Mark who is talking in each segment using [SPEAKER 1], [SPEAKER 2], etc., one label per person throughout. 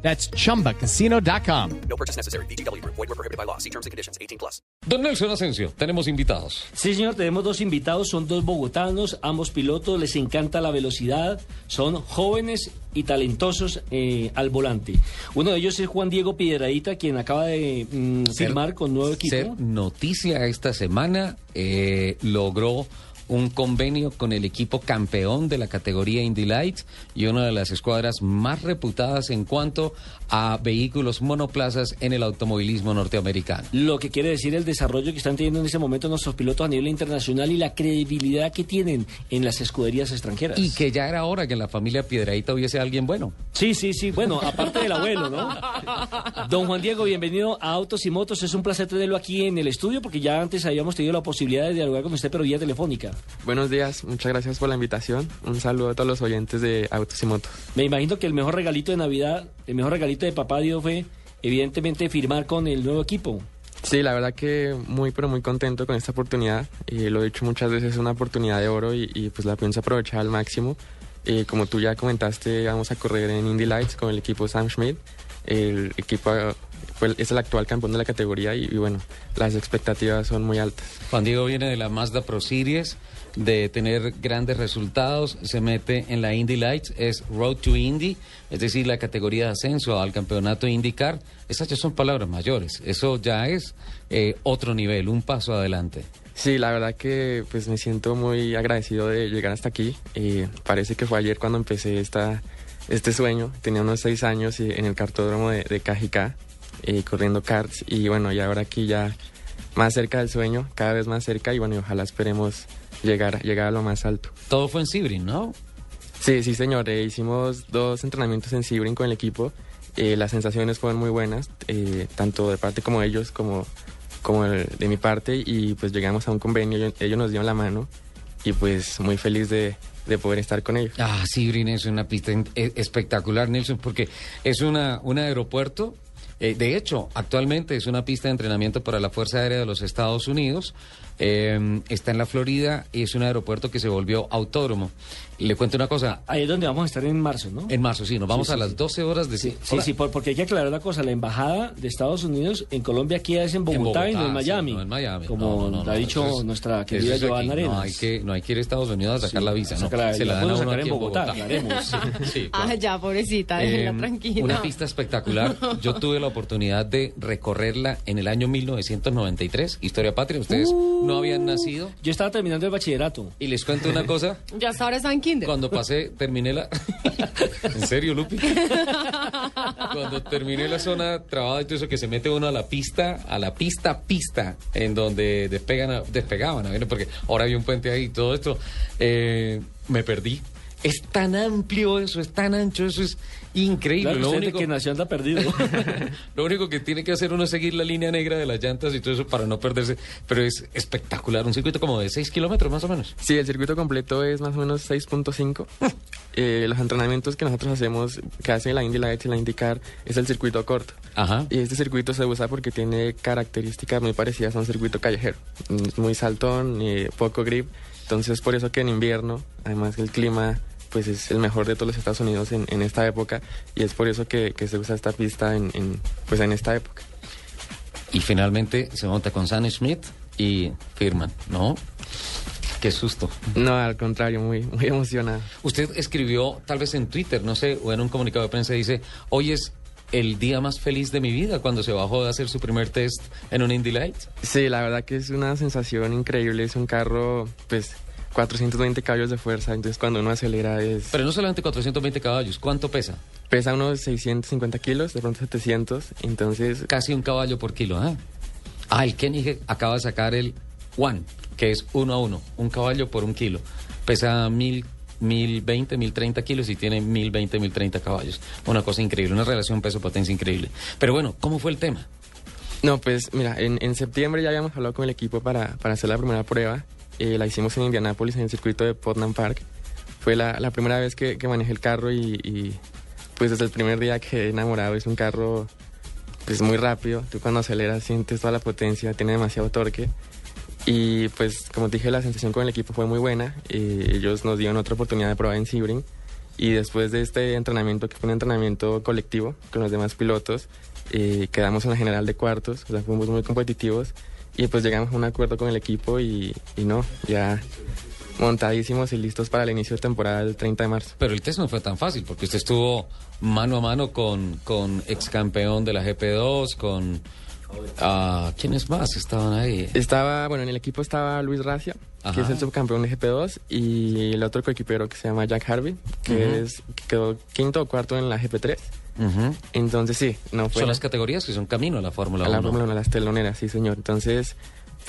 [SPEAKER 1] That's chumbacasino.com.
[SPEAKER 2] No purchase necessary. BGW. Void were prohibited by law. See terms and conditions. 18 plus.
[SPEAKER 3] Don Nelson Asensio, tenemos invitados.
[SPEAKER 4] Sí, señor, tenemos dos invitados, son dos bogotanos, ambos pilotos, les encanta la velocidad, son jóvenes y talentosos eh, al volante. Uno de ellos es Juan Diego Piedradita, quien acaba de mm, firmar con nuevo equipo.
[SPEAKER 3] Ser noticia esta semana, eh, logró un convenio con el equipo campeón de la categoría Indy Lights y una de las escuadras más reputadas en cuanto a vehículos monoplazas en el automovilismo norteamericano.
[SPEAKER 4] Lo que quiere decir el desarrollo que están teniendo en ese momento nuestros pilotos a nivel internacional y la credibilidad que tienen en las escuderías extranjeras.
[SPEAKER 3] Y que ya era hora que en la familia Piedradita hubiese alguien bueno.
[SPEAKER 4] Sí, sí, sí. Bueno, aparte del abuelo, ¿no? Don Juan Diego, bienvenido a Autos y Motos. Es un placer tenerlo aquí en el estudio porque ya antes habíamos tenido la posibilidad de dialogar con usted, pero vía telefónica.
[SPEAKER 5] Buenos días, muchas gracias por la invitación. Un saludo a todos los oyentes de Autos y Motos.
[SPEAKER 4] Me imagino que el mejor regalito de Navidad, el mejor regalito de papá Dios fue, evidentemente, firmar con el nuevo equipo.
[SPEAKER 5] Sí, la verdad que muy, pero muy contento con esta oportunidad. Y lo he dicho muchas veces, es una oportunidad de oro y, y, pues la pienso aprovechar al máximo. Y como tú ya comentaste, vamos a correr en Indy Lights con el equipo Sam Schmidt. El equipo eh, fue- es el actual campeón de la categoría y, y bueno, las expectativas son muy altas.
[SPEAKER 3] Juan Diego viene de la Mazda Pro Series, de tener grandes resultados, se mete en la Indy Lights, es Road to Indy, es decir, la categoría de ascenso al campeonato IndyCar. Esas ya son palabras mayores, eso ya es eh, otro nivel, un paso adelante.
[SPEAKER 5] Sí, la verdad que pues me siento muy agradecido de llegar hasta aquí. Y parece que fue ayer cuando empecé esta, este sueño. Tenía unos seis años y- en el cartódromo de, de Cajicá, eh, corriendo karts. Y bueno, y ahora aquí ya más cerca del sueño, cada vez más cerca. Y bueno, y ojalá esperemos llegar, llegar a lo más alto.
[SPEAKER 3] Todo fue en Sibrin, ¿no?
[SPEAKER 5] Sí, sí, señor. eh, hicimos dos entrenamientos en Sibrin con el equipo. Eh, las sensaciones fueron muy buenas, eh, tanto de parte como ellos, como, como el- de mi parte. Y pues llegamos a un convenio, ellos- ellos nos dieron la mano. Y pues muy feliz de, de poder estar con ellos.
[SPEAKER 3] Ah, Sibrin es una pista en- e- espectacular, Nelson, porque es una, un aeropuerto. eh, de hecho, actualmente es una pista de entrenamiento para la Fuerza Aérea de los Estados Unidos. eh, está en la Florida y es un aeropuerto que se volvió autódromo. Le cuento una cosa.
[SPEAKER 4] Ahí es donde vamos a estar en marzo, ¿no?
[SPEAKER 3] En marzo, sí, nos vamos
[SPEAKER 4] Sí, sí,
[SPEAKER 3] a las
[SPEAKER 4] sí.
[SPEAKER 3] 12 horas de...
[SPEAKER 4] Sí, sí,
[SPEAKER 3] Hola.
[SPEAKER 4] sí, por- porque hay que aclarar una cosa, la embajada de Estados Unidos en Colombia aquí es en Bogotá, y no en
[SPEAKER 3] sí,
[SPEAKER 4] Miami.
[SPEAKER 3] no en Miami. No,
[SPEAKER 4] Como
[SPEAKER 3] no, no,
[SPEAKER 4] ha
[SPEAKER 3] no,
[SPEAKER 4] dicho
[SPEAKER 3] eso es-
[SPEAKER 4] nuestra
[SPEAKER 3] eso
[SPEAKER 4] querida
[SPEAKER 3] es aquí.
[SPEAKER 4] Joana Arenas.
[SPEAKER 3] No hay, que, no hay que ir a Estados Unidos a sacar
[SPEAKER 4] Sí,
[SPEAKER 3] la visa, ¿no?
[SPEAKER 4] sacarla-
[SPEAKER 3] se la
[SPEAKER 4] la
[SPEAKER 3] dan a
[SPEAKER 4] podemos
[SPEAKER 3] uno
[SPEAKER 4] sacar
[SPEAKER 3] aquí
[SPEAKER 4] en Bogotá, aclaremos.
[SPEAKER 3] Sí, claro.
[SPEAKER 6] Ah, ya, pobrecita, déjenla
[SPEAKER 3] Em,
[SPEAKER 6] tranquila.
[SPEAKER 3] Una pista espectacular. Yo tuve la oportunidad de recorrerla en el año 1993, Historia Patria. Ustedes no habían nacido.
[SPEAKER 4] Yo estaba terminando el bachillerato.
[SPEAKER 3] Y les cuento una cosa.
[SPEAKER 6] Ya hasta ahora está en kinder.
[SPEAKER 3] Cuando pasé, terminé la... ¿En serio, Lupi? Cuando terminé la zona trabada y todo eso que se mete uno a la pista, a la pista, pista, en donde despegan, a- despegaban, a ver, porque ahora había un puente ahí y todo esto, eh, me perdí. Es tan amplio eso, es tan ancho, eso es increíble.
[SPEAKER 4] Claro,
[SPEAKER 3] Lo
[SPEAKER 4] usted de
[SPEAKER 3] único-
[SPEAKER 4] que nació anda perdido.
[SPEAKER 3] Lo único que tiene que hacer uno es seguir la línea negra de las llantas y todo eso para no perderse. Pero es espectacular, un circuito como de 6 kilómetros más o menos.
[SPEAKER 5] Sí, el circuito completo es más o menos 6.5. Eh, los entrenamientos que nosotros hacemos, que hacen la Indy Lights y la IndyCar, es el circuito corto.
[SPEAKER 3] Ajá.
[SPEAKER 5] Y este circuito se usa porque tiene características muy parecidas a un circuito callejero. Mm, Es muy saltón, eh, poco grip. Entonces, por eso que en invierno, además que el clima pues es el mejor de todos los Estados Unidos en, en esta época. Y es por eso que, que se usa esta pista en, en, pues en esta época.
[SPEAKER 3] Y finalmente se monta con Sam Smith y firman, ¿no? Qué susto.
[SPEAKER 5] No, al contrario, muy, muy emocionado.
[SPEAKER 3] Usted escribió, tal vez en Twitter, no sé, o en un comunicado de prensa, dice, hoy es el día más feliz de mi vida cuando se bajó a hacer su primer test en un Indy Light.
[SPEAKER 5] Sí, la verdad que es una sensación increíble. Es un carro, pues, 420 caballos de fuerza. Entonces, cuando uno acelera es...
[SPEAKER 3] Pero no solamente 420 caballos, ¿cuánto pesa?
[SPEAKER 5] Pesa unos 650 kilos, de pronto 700. Entonces,
[SPEAKER 3] casi un caballo por kilo. ¿ah? Ah, el Kenny acaba de sacar el One, que es uno a uno, un caballo por un kilo. Pesa mil, mil veinte, mil treinta kilos y tiene mil veinte, mil treinta caballos. Una cosa increíble, una relación peso-potencia increíble. Pero bueno, ¿cómo fue el tema?
[SPEAKER 5] No, pues mira, en, en septiembre ya habíamos hablado con el equipo para, para hacer la primera prueba. Eh, la hicimos en Indianápolis, en el circuito de Putnam Park. Fue la, la primera vez que, que manejé el carro y, y, pues desde el primer día que he enamorado es un carro pues muy rápido. Tú cuando aceleras sientes toda la potencia, tiene demasiado torque. Y pues como te dije, la sensación con el equipo fue muy buena. Eh, ellos nos dieron otra oportunidad de probar en Sebring. Y después de este entrenamiento, que fue un entrenamiento colectivo con los demás pilotos, eh, quedamos en la general de cuartos, o sea, fuimos muy competitivos y pues llegamos a un acuerdo con el equipo y, y no, ya montadísimos y listos para el inicio de temporada del 30 de marzo.
[SPEAKER 3] Pero el test no fue tan fácil, porque usted estuvo mano a mano con, con ex campeón de la GP2, con... ah, ¿Quiénes más estaban ahí?
[SPEAKER 5] Estaba, bueno, en el equipo estaba Luis Racia,
[SPEAKER 3] Ajá.
[SPEAKER 5] que es el subcampeón de GP2, y el otro coequipero que se llama Jack Harvey, que, es, que quedó quinto o cuarto en la GP3.
[SPEAKER 3] Ujú.
[SPEAKER 5] Entonces sí, no fue...
[SPEAKER 3] Son las categorías que son camino a la Fórmula
[SPEAKER 5] A la
[SPEAKER 3] 1.
[SPEAKER 5] Fórmula 1, a las teloneras, sí, señor. Entonces,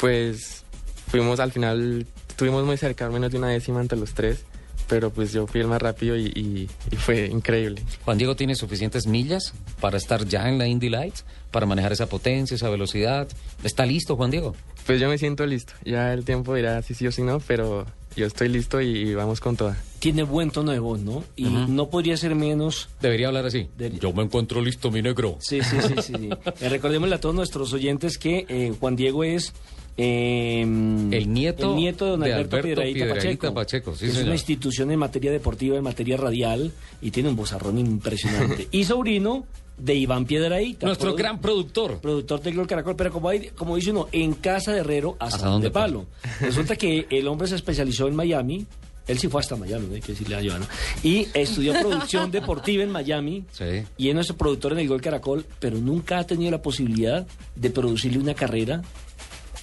[SPEAKER 5] pues fuimos al final, estuvimos muy cerca, menos de una décima entre los tres, pero pues yo fui el más rápido y, y- y fue increíble.
[SPEAKER 3] Juan Diego tiene suficientes millas para estar ya en la Indy Lights, para manejar esa potencia, esa velocidad. ¿Está listo, Juan Diego?
[SPEAKER 5] Pues yo me siento listo. Ya el tiempo dirá si sí o si no, pero yo estoy listo y vamos con toda.
[SPEAKER 4] Tiene buen tono de voz, ¿no? Y no podría ser menos
[SPEAKER 3] Debería hablar así.
[SPEAKER 4] Debería.
[SPEAKER 3] Yo me encuentro listo, mi negro.
[SPEAKER 4] Sí, sí, sí, sí. sí. Eh, recordémosle a todos nuestros oyentes que eh, Juan Diego es... eh,
[SPEAKER 3] El nieto
[SPEAKER 4] el nieto de don
[SPEAKER 3] de
[SPEAKER 4] Alberto,
[SPEAKER 3] Alberto
[SPEAKER 4] Piedrahíta
[SPEAKER 3] Piedrahíta
[SPEAKER 4] Pacheco,
[SPEAKER 3] Pacheco, sí,
[SPEAKER 4] que es
[SPEAKER 3] señor.
[SPEAKER 4] una institución en materia deportiva, en materia radial, y tiene un bozarrón impresionante. y sobrino de Iván Piedraíta.
[SPEAKER 3] Nuestro gran productor.
[SPEAKER 4] productor de Gol Caracol, pero como, hay, como dice uno, en casa de Herrero hasta,
[SPEAKER 3] Hasta
[SPEAKER 4] donde
[SPEAKER 3] donde
[SPEAKER 4] palo. Resulta que el hombre se especializó en Miami, él sí fue hasta Miami, no hay que decirle a Joana, y estudió producción deportiva en Miami,
[SPEAKER 3] Sí.
[SPEAKER 4] y es nuestro productor en el Gol Caracol, pero nunca ha tenido la posibilidad de producirle una carrera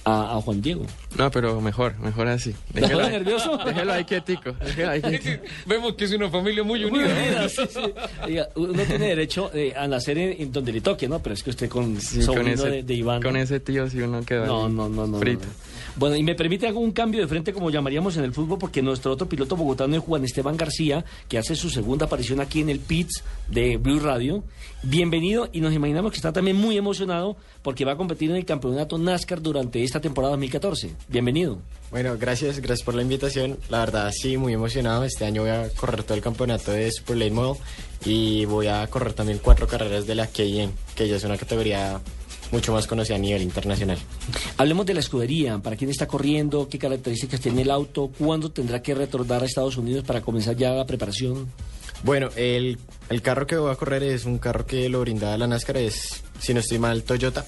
[SPEAKER 4] a, a Juan Diego.
[SPEAKER 5] No, pero mejor, mejor así.
[SPEAKER 4] ¿Estás
[SPEAKER 5] ahí-
[SPEAKER 4] nervioso?
[SPEAKER 5] Déjelo ahí quietico. Déjelo ahí quietico.
[SPEAKER 3] Vemos que es una familia muy
[SPEAKER 4] Muy
[SPEAKER 3] unida.
[SPEAKER 4] unida, sí, sí. Oiga, uno tiene derecho eh, a nacer en, en donde le toque, ¿no? Pero es que usted con
[SPEAKER 5] Sí,
[SPEAKER 4] sobrino de, de Iván.
[SPEAKER 5] con ese tío si uno quedó
[SPEAKER 4] No,
[SPEAKER 5] ahí
[SPEAKER 4] no, no, no.
[SPEAKER 5] frito.
[SPEAKER 4] no, no. Bueno, y me permite hago un cambio de frente, como llamaríamos en el fútbol, porque nuestro otro piloto bogotano es Juan Esteban García, que hace su segunda aparición aquí en el Pits de Blue Radio. Bienvenido, y nos imaginamos que está también muy emocionado porque va a competir en el campeonato NASCAR durante esta temporada 2014. Bienvenido.
[SPEAKER 7] Bueno, gracias, gracias por la invitación. La verdad, sí, muy emocionado. Este año voy a correr todo el campeonato de Super Late Model y voy a correr también cuatro carreras de la KM, que ya es una categoría mucho más conocida a nivel internacional.
[SPEAKER 4] Hablemos de la escudería, para quién está corriendo, qué características tiene el auto, cuándo tendrá que retornar a Estados Unidos para comenzar ya la preparación.
[SPEAKER 7] Bueno, el, el carro que voy a correr es un carro que lo brinda la NASCAR, es, si no estoy mal, Toyota.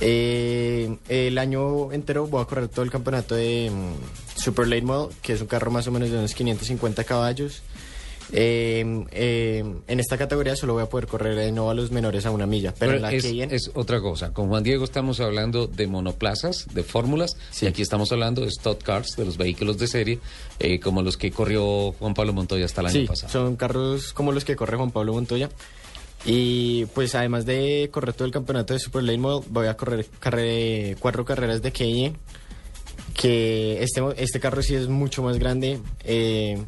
[SPEAKER 7] Eh, el año entero voy a correr todo el campeonato de mm, Super Late Model, que es un carro más o menos de unos 550 caballos. Eh, eh, en esta categoría solo voy a poder correr en óvalos menores a una milla, pero, en la
[SPEAKER 3] es,
[SPEAKER 7] KN
[SPEAKER 3] es otra cosa. Con Juan Diego estamos hablando de monoplazas, de fórmulas, y aquí estamos hablando de stock cars, de los vehículos de serie, eh, como los que corrió Juan Pablo Montoya hasta el año
[SPEAKER 7] sí,
[SPEAKER 3] pasado.
[SPEAKER 7] Son carros como los que corre Juan Pablo Montoya. Y pues además de correr todo el campeonato de Super Late Model, voy a correr carre- cuatro carreras de KE. Que este, mo- este carro sí es mucho más grande. eh,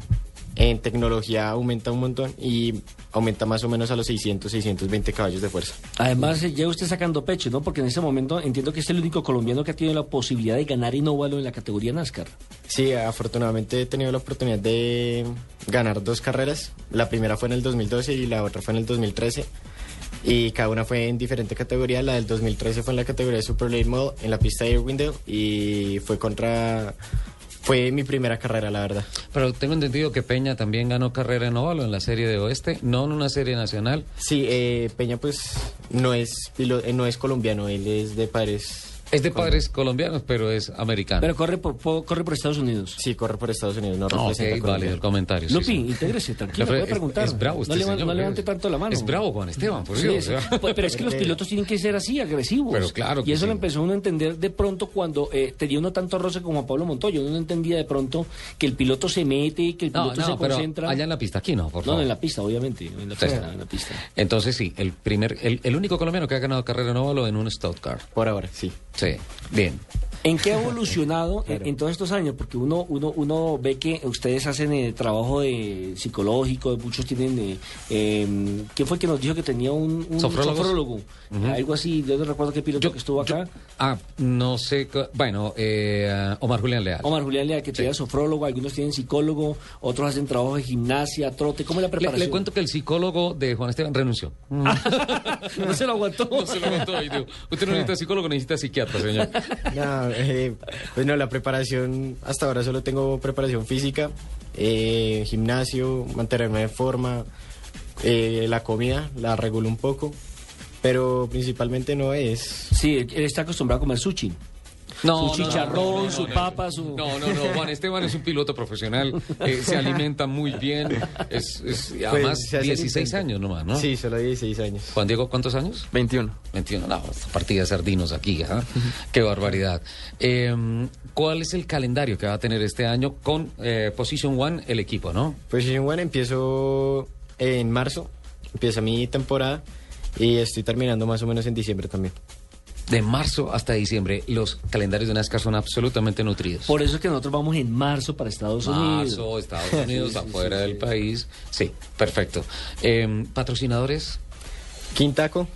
[SPEAKER 7] en tecnología aumenta un montón y aumenta más o menos a los 600, 620 caballos de fuerza.
[SPEAKER 4] Además, eh, ya usted sacando pecho, ¿no? Porque en ese momento entiendo que es el único colombiano que ha tenido la posibilidad de ganar en óvalo en la categoría NASCAR.
[SPEAKER 7] Sí, afortunadamente he tenido la oportunidad de ganar dos carreras. La primera fue en el 2012 y la otra fue en el 2013. Y cada una fue en diferente categoría. La del 2013 fue en la categoría de Super Late Model en la pista de Irwindale y fue contra... Fue mi primera carrera, la verdad.
[SPEAKER 3] Pero tengo entendido que Peña también ganó carrera en óvalo en la serie de Oeste, no en una serie nacional.
[SPEAKER 7] Sí, eh, Peña pues no es, pilo- eh, no es colombiano, él es de padres...
[SPEAKER 3] Es de padres colombianos, pero es americano.
[SPEAKER 4] Pero corre por, por- corre por Estados Unidos.
[SPEAKER 7] Sí, corre por Estados Unidos,
[SPEAKER 3] Ah,
[SPEAKER 7] no
[SPEAKER 3] ok,
[SPEAKER 7] representa a Colombia.
[SPEAKER 3] válido el comentario. sí,
[SPEAKER 4] Lupi,
[SPEAKER 3] sí.
[SPEAKER 4] intégrese, tranquilo,
[SPEAKER 3] Pero
[SPEAKER 4] puede
[SPEAKER 3] es-
[SPEAKER 4] preguntar.
[SPEAKER 3] Es, bravo
[SPEAKER 4] No
[SPEAKER 3] este
[SPEAKER 4] levan-
[SPEAKER 3] señor,
[SPEAKER 4] no levante
[SPEAKER 3] es-
[SPEAKER 4] tanto la mano.
[SPEAKER 3] Es bravo, Juan Esteban, por
[SPEAKER 4] Sí,
[SPEAKER 3] Dios.
[SPEAKER 4] sí.
[SPEAKER 3] o sea.
[SPEAKER 4] Pues, Pero es que los pilotos tienen que ser así, agresivos.
[SPEAKER 3] Pero claro
[SPEAKER 4] Y
[SPEAKER 3] que
[SPEAKER 4] eso lo
[SPEAKER 3] sí.
[SPEAKER 4] empezó uno a entender de pronto cuando eh, tenía uno tanto roce como a Pablo Montoya. Uno no entendía de pronto que el piloto se mete, que el
[SPEAKER 3] No,
[SPEAKER 4] piloto se
[SPEAKER 3] no, pero
[SPEAKER 4] concentra.
[SPEAKER 3] allá en la pista, aquí no, por
[SPEAKER 4] no,
[SPEAKER 3] favor.
[SPEAKER 4] no, en la pista, obviamente. En la
[SPEAKER 3] Sí.
[SPEAKER 4] pista, en la pista.
[SPEAKER 3] Entonces sí, el primer, el, el único colombiano que ha ganado carrera en óvalo en un stock car.
[SPEAKER 7] Por ahora, sí.
[SPEAKER 3] Sí, bien.
[SPEAKER 4] ¿En qué ha evolucionado en, en todos estos años? Porque uno, uno, uno ve que ustedes hacen eh, trabajo de psicológico, muchos tienen... eh, eh, ¿Quién fue que nos dijo que tenía un, un
[SPEAKER 3] ¿Sofrólogos?
[SPEAKER 4] sofrólogo?
[SPEAKER 3] Ujú.
[SPEAKER 4] Algo así, yo no recuerdo qué piloto que estuvo acá.
[SPEAKER 3] yo- ah, no sé. co- Bueno, eh, Omar Julián Leal.
[SPEAKER 4] Omar Julián Leal, que tenía sofrólogo, algunos tienen psicólogo, otros hacen trabajo de gimnasia, trote. ¿Cómo es la
[SPEAKER 3] le,
[SPEAKER 4] preparación?
[SPEAKER 3] le cuento que el psicólogo de Juan Esteban renunció.
[SPEAKER 4] no se lo aguantó.
[SPEAKER 3] No se lo contó y digo, usted no necesita psicólogo, necesita psiquiatra, señor.
[SPEAKER 7] No, eh, pues no, la preparación, hasta ahora solo tengo preparación física, eh, gimnasio, mantenerme en forma, eh, la comida, la regulo un poco, pero principalmente no es...
[SPEAKER 4] Sí, él está acostumbrado a comer sushi.
[SPEAKER 3] No,
[SPEAKER 4] su chicharrón, su papa, su...
[SPEAKER 3] No, no, no, Juan Esteban es un piloto profesional, eh, se alimenta muy bien, es, es- y además
[SPEAKER 7] Pues, se hace el
[SPEAKER 3] 16
[SPEAKER 7] intento.
[SPEAKER 3] años nomás, ¿no?
[SPEAKER 7] Sí, solo 16 años.
[SPEAKER 3] Juan Diego, ¿cuántos años?
[SPEAKER 5] 21.
[SPEAKER 3] 21, no, esta partida de sardinos aquí, ¿ah? qué barbaridad. Eh, ¿Cuál es el calendario que va a tener este año con eh, Position One, el equipo, no?
[SPEAKER 7] Pues sí, bueno, empiezo en marzo, empieza mi temporada y estoy terminando más o menos en diciembre también.
[SPEAKER 3] De marzo hasta diciembre, los calendarios de NASCAR son absolutamente nutridos.
[SPEAKER 4] Por eso es que nosotros vamos en marzo para Estados Unidos.
[SPEAKER 3] marzo, Estados Unidos, afuera del país. Sí, perfecto. Eh, ¿Patrocinadores?
[SPEAKER 7] Quintaco,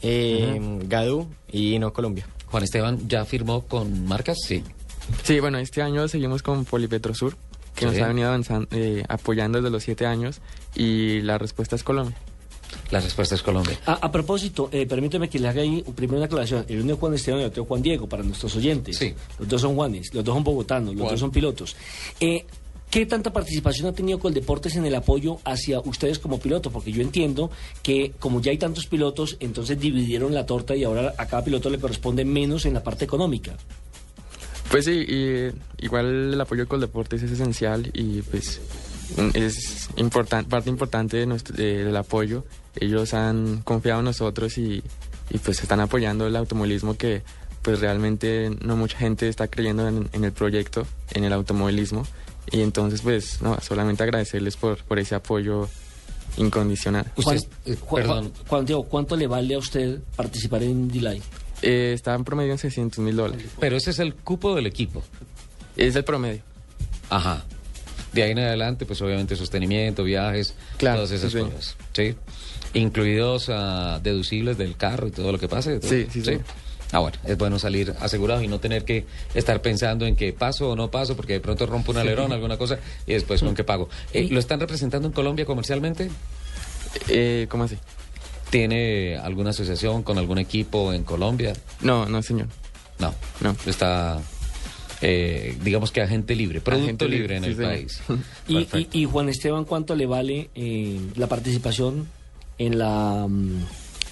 [SPEAKER 7] eh, Gadú y No Colombia.
[SPEAKER 3] Juan Esteban ya firmó con marcas, sí.
[SPEAKER 5] Sí, bueno, este año seguimos con Polipetrosur, que nos
[SPEAKER 3] Sí.
[SPEAKER 5] ha venido avanzando, eh, apoyando desde los siete años, y la respuesta es Colombia.
[SPEAKER 3] La respuesta es Colombia.
[SPEAKER 4] A, a propósito, eh, permíteme que le haga ahí primero una aclaración. El uno es Juan Esteban y el otro es Juan Diego, para nuestros oyentes.
[SPEAKER 3] Sí.
[SPEAKER 4] Los dos son Juanes, los dos son bogotanos, los
[SPEAKER 3] Juan.
[SPEAKER 4] dos son pilotos. Eh, ¿Qué tanta participación ha tenido Coldeportes en el apoyo hacia ustedes como pilotos? Porque yo entiendo que como ya hay tantos pilotos, entonces dividieron la torta y ahora a cada piloto le corresponde menos en la parte económica.
[SPEAKER 5] Pues sí, y, igual el apoyo con deportes es esencial y pues mm, es importan- parte importante de nuestro- de- del apoyo. Ellos han confiado en nosotros y, y, pues están apoyando el automovilismo que pues realmente no mucha gente está creyendo en, en el proyecto, en el automovilismo. Y entonces pues no, solamente agradecerles por, por ese apoyo incondicional.
[SPEAKER 3] Ustedes-
[SPEAKER 4] Juan,
[SPEAKER 3] eh,
[SPEAKER 4] Juan-
[SPEAKER 3] perdón.
[SPEAKER 4] Juan Diego, ¿cuánto le vale a usted participar en Delay?
[SPEAKER 5] Eh, está en promedio en 600 mil dólares.
[SPEAKER 3] Pero ese es el cupo del equipo.
[SPEAKER 5] Es el promedio.
[SPEAKER 3] Ajá. De ahí en adelante, pues obviamente sostenimiento, viajes,
[SPEAKER 5] Claro,
[SPEAKER 3] todas esas
[SPEAKER 5] sí, señor.
[SPEAKER 3] cosas. Sí. Incluidos ah, deducibles del carro y todo lo que pase. todo.
[SPEAKER 5] Sí, sí, señor.
[SPEAKER 3] Ah, bueno, es bueno salir asegurado y no tener que estar pensando en que paso o no paso, porque de pronto rompo un alerón, alguna cosa, y después con qué pago. Eh, ¿Lo están representando en Colombia comercialmente?
[SPEAKER 5] Eh, ¿Cómo así?
[SPEAKER 3] ¿Tiene alguna asociación con algún equipo en Colombia?
[SPEAKER 5] No, no señor.
[SPEAKER 3] No,
[SPEAKER 5] No.
[SPEAKER 3] Está, eh, digamos que agente libre, producto
[SPEAKER 5] Agente
[SPEAKER 3] libre
[SPEAKER 5] libre,
[SPEAKER 3] en
[SPEAKER 5] sí,
[SPEAKER 3] el
[SPEAKER 5] señor.
[SPEAKER 3] país.
[SPEAKER 4] Y, y,
[SPEAKER 3] Perfecto.
[SPEAKER 4] y, Juan Esteban, ¿cuánto le vale eh, la participación en la mm,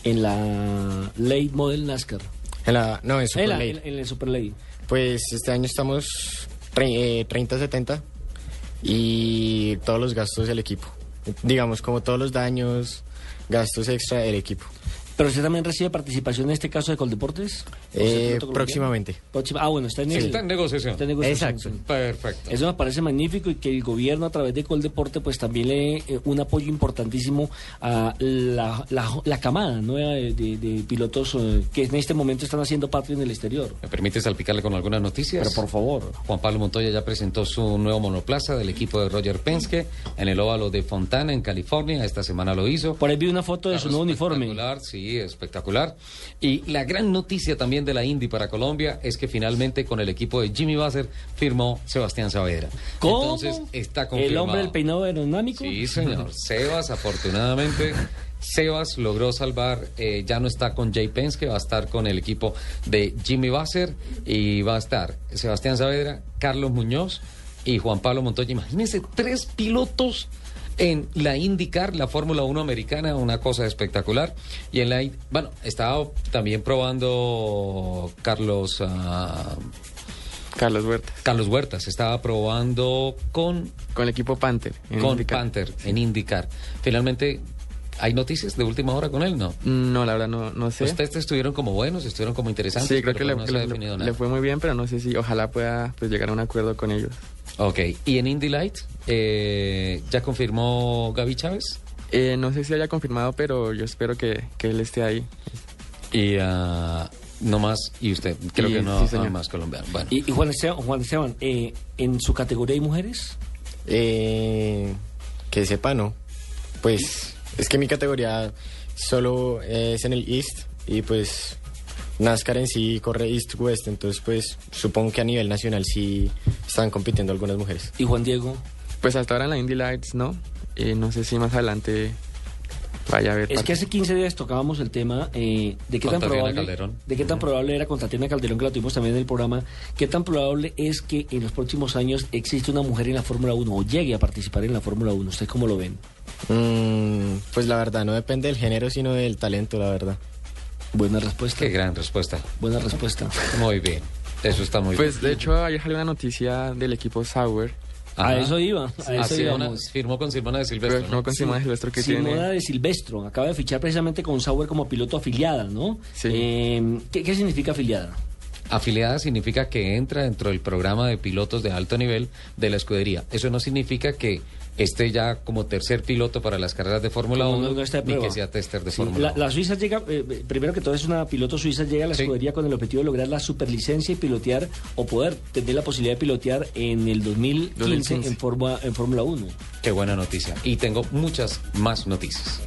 [SPEAKER 4] en la Late Model NASCAR?
[SPEAKER 7] En la, no, en Super
[SPEAKER 4] en, la-
[SPEAKER 7] Late.
[SPEAKER 4] en- en el Super Late.
[SPEAKER 7] Pues este año estamos tre- eh, 30-70 y todos los gastos del equipo. Digamos, como todos los daños, gastos extra del equipo.
[SPEAKER 4] Pero usted también recibe participación en este caso de Coldeportes. ¿O sea,
[SPEAKER 7] Eh,
[SPEAKER 4] piloto colombiano?
[SPEAKER 7] próximamente.
[SPEAKER 4] Próxima- Ah, bueno, está en, el,
[SPEAKER 3] Está en negociación.
[SPEAKER 4] está en negociación,
[SPEAKER 7] Exacto.
[SPEAKER 4] sí.
[SPEAKER 3] Perfecto.
[SPEAKER 4] Eso me parece magnífico y que el gobierno a través de Coldeporte pues también le dé eh, un apoyo importantísimo a la, la- la camada nueva de, de- de pilotos eh, que en este momento están haciendo patria en el exterior.
[SPEAKER 3] ¿Me permite salpicarle con algunas noticias?
[SPEAKER 4] Pero por favor.
[SPEAKER 3] Juan Pablo Montoya ya presentó su nuevo monoplaza del equipo de Roger Penske en el óvalo de Fontana, en California. Esta semana lo hizo.
[SPEAKER 4] Por ahí vi una foto de su nuevo uniforme.
[SPEAKER 3] Espectacular, sí, espectacular. Y la gran noticia también de la Indy para Colombia es que finalmente con el equipo de Jimmy Basser firmó Sebastián Saavedra.
[SPEAKER 4] ¿Cómo?
[SPEAKER 3] Entonces está confirmado.
[SPEAKER 4] ¿El hombre del peinado aerodinámico?
[SPEAKER 3] Sí, señor. Sebas, afortunadamente, Sebas logró salvar. eh, ya no está con Jay Pence, que va a estar con el equipo de Jimmy Basser. Y va a estar Sebastián Saavedra, Carlos Muñoz y Juan Pablo Montoya. Imagínense, tres pilotos en la IndyCar, la Fórmula 1 americana, una cosa espectacular. Y en la. in- Bueno, estaba también probando Carlos. ah,
[SPEAKER 5] Carlos Huerta.
[SPEAKER 3] Carlos Huertas estaba probando con
[SPEAKER 5] Con el equipo Panther. en
[SPEAKER 3] con
[SPEAKER 5] IndyCar.
[SPEAKER 3] Panther en indicar. Finalmente, ¿hay noticias de última hora con él? No.
[SPEAKER 5] No, la verdad no, no sé.
[SPEAKER 3] Ustedes estuvieron como buenos, estuvieron como interesantes.
[SPEAKER 5] sí, creo
[SPEAKER 3] pero
[SPEAKER 5] que le,
[SPEAKER 3] pues no se ha
[SPEAKER 5] le-
[SPEAKER 3] definido
[SPEAKER 5] le
[SPEAKER 3] nada.
[SPEAKER 5] fue muy bien, pero no sé si ojalá pueda pues, llegar a un acuerdo con ellos.
[SPEAKER 3] Ok, y en Indy Light, eh, ¿ya confirmó Gaby Chávez?
[SPEAKER 5] Eh, no sé si haya confirmado, pero yo espero que, que él esté ahí.
[SPEAKER 3] Y ah, No más, y usted, creo
[SPEAKER 5] Y-
[SPEAKER 3] que no
[SPEAKER 5] sí,
[SPEAKER 3] hay
[SPEAKER 5] señor.
[SPEAKER 3] más colombiano. Bueno,
[SPEAKER 4] Y, y Juan Esteban, Juan Esteban eh, ¿en su categoría hay mujeres?
[SPEAKER 7] Eh, que sepa, no. Pues es que mi categoría solo es en el East y pues NASCAR en sí corre East-West, entonces pues supongo que a nivel nacional sí están compitiendo algunas mujeres.
[SPEAKER 4] ¿Y Juan Diego?
[SPEAKER 5] Pues hasta ahora en la Indy Lights, ¿no? Eh, no sé si más adelante vaya a haber...
[SPEAKER 4] Es que
[SPEAKER 5] part-
[SPEAKER 4] hace 15 días tocábamos el tema eh, de qué
[SPEAKER 3] Con
[SPEAKER 4] tan
[SPEAKER 3] Tatiana
[SPEAKER 4] probable
[SPEAKER 3] Calderón.
[SPEAKER 4] de qué tan probable era con Tatiana Calderón que la tuvimos también en el programa, qué tan probable es que en los próximos años existe una mujer en la Fórmula 1 o llegue a participar en la Fórmula 1. ¿Ustedes cómo lo ven?
[SPEAKER 7] Mm, pues la verdad no depende del género sino del talento, la verdad.
[SPEAKER 4] Buena respuesta.
[SPEAKER 3] qué gran respuesta.
[SPEAKER 4] Buena respuesta.
[SPEAKER 3] Muy bien. Eso está muy
[SPEAKER 5] Pues
[SPEAKER 3] bien.
[SPEAKER 5] de hecho ayer salió una noticia del equipo Sauer,
[SPEAKER 3] Ajá.
[SPEAKER 4] A eso iba, a
[SPEAKER 3] Ah,
[SPEAKER 4] eso
[SPEAKER 3] Simona-
[SPEAKER 4] íbamos.
[SPEAKER 3] firmó con Silvana de Silvestre.
[SPEAKER 5] pero Pues, no con Simón Silvestre que
[SPEAKER 4] Simona
[SPEAKER 5] tiene...
[SPEAKER 4] de Silvestro acaba de fichar precisamente con Sauer como piloto afiliada, ¿no?
[SPEAKER 5] Sí.
[SPEAKER 4] Eh, ¿qué, qué significa afiliada?
[SPEAKER 3] Afiliada significa que entra dentro del programa de pilotos de alto nivel de la escudería. Eso no significa que esté ya como tercer piloto para las carreras de Fórmula
[SPEAKER 4] Como
[SPEAKER 3] 1
[SPEAKER 4] no está de
[SPEAKER 3] ni
[SPEAKER 4] prueba.
[SPEAKER 3] que sea tester de
[SPEAKER 4] Sí,
[SPEAKER 3] Fórmula
[SPEAKER 4] la,
[SPEAKER 3] 1.
[SPEAKER 4] la Suiza llega, eh, eh, primero que todo es una piloto suiza, llega a la
[SPEAKER 3] Sí.
[SPEAKER 4] escudería con el objetivo de lograr la superlicencia y pilotear o poder tener la posibilidad de pilotear en el 2015,
[SPEAKER 5] 2015.
[SPEAKER 4] en forma- en Fórmula 1.
[SPEAKER 3] Qué buena noticia. Y tengo muchas más noticias.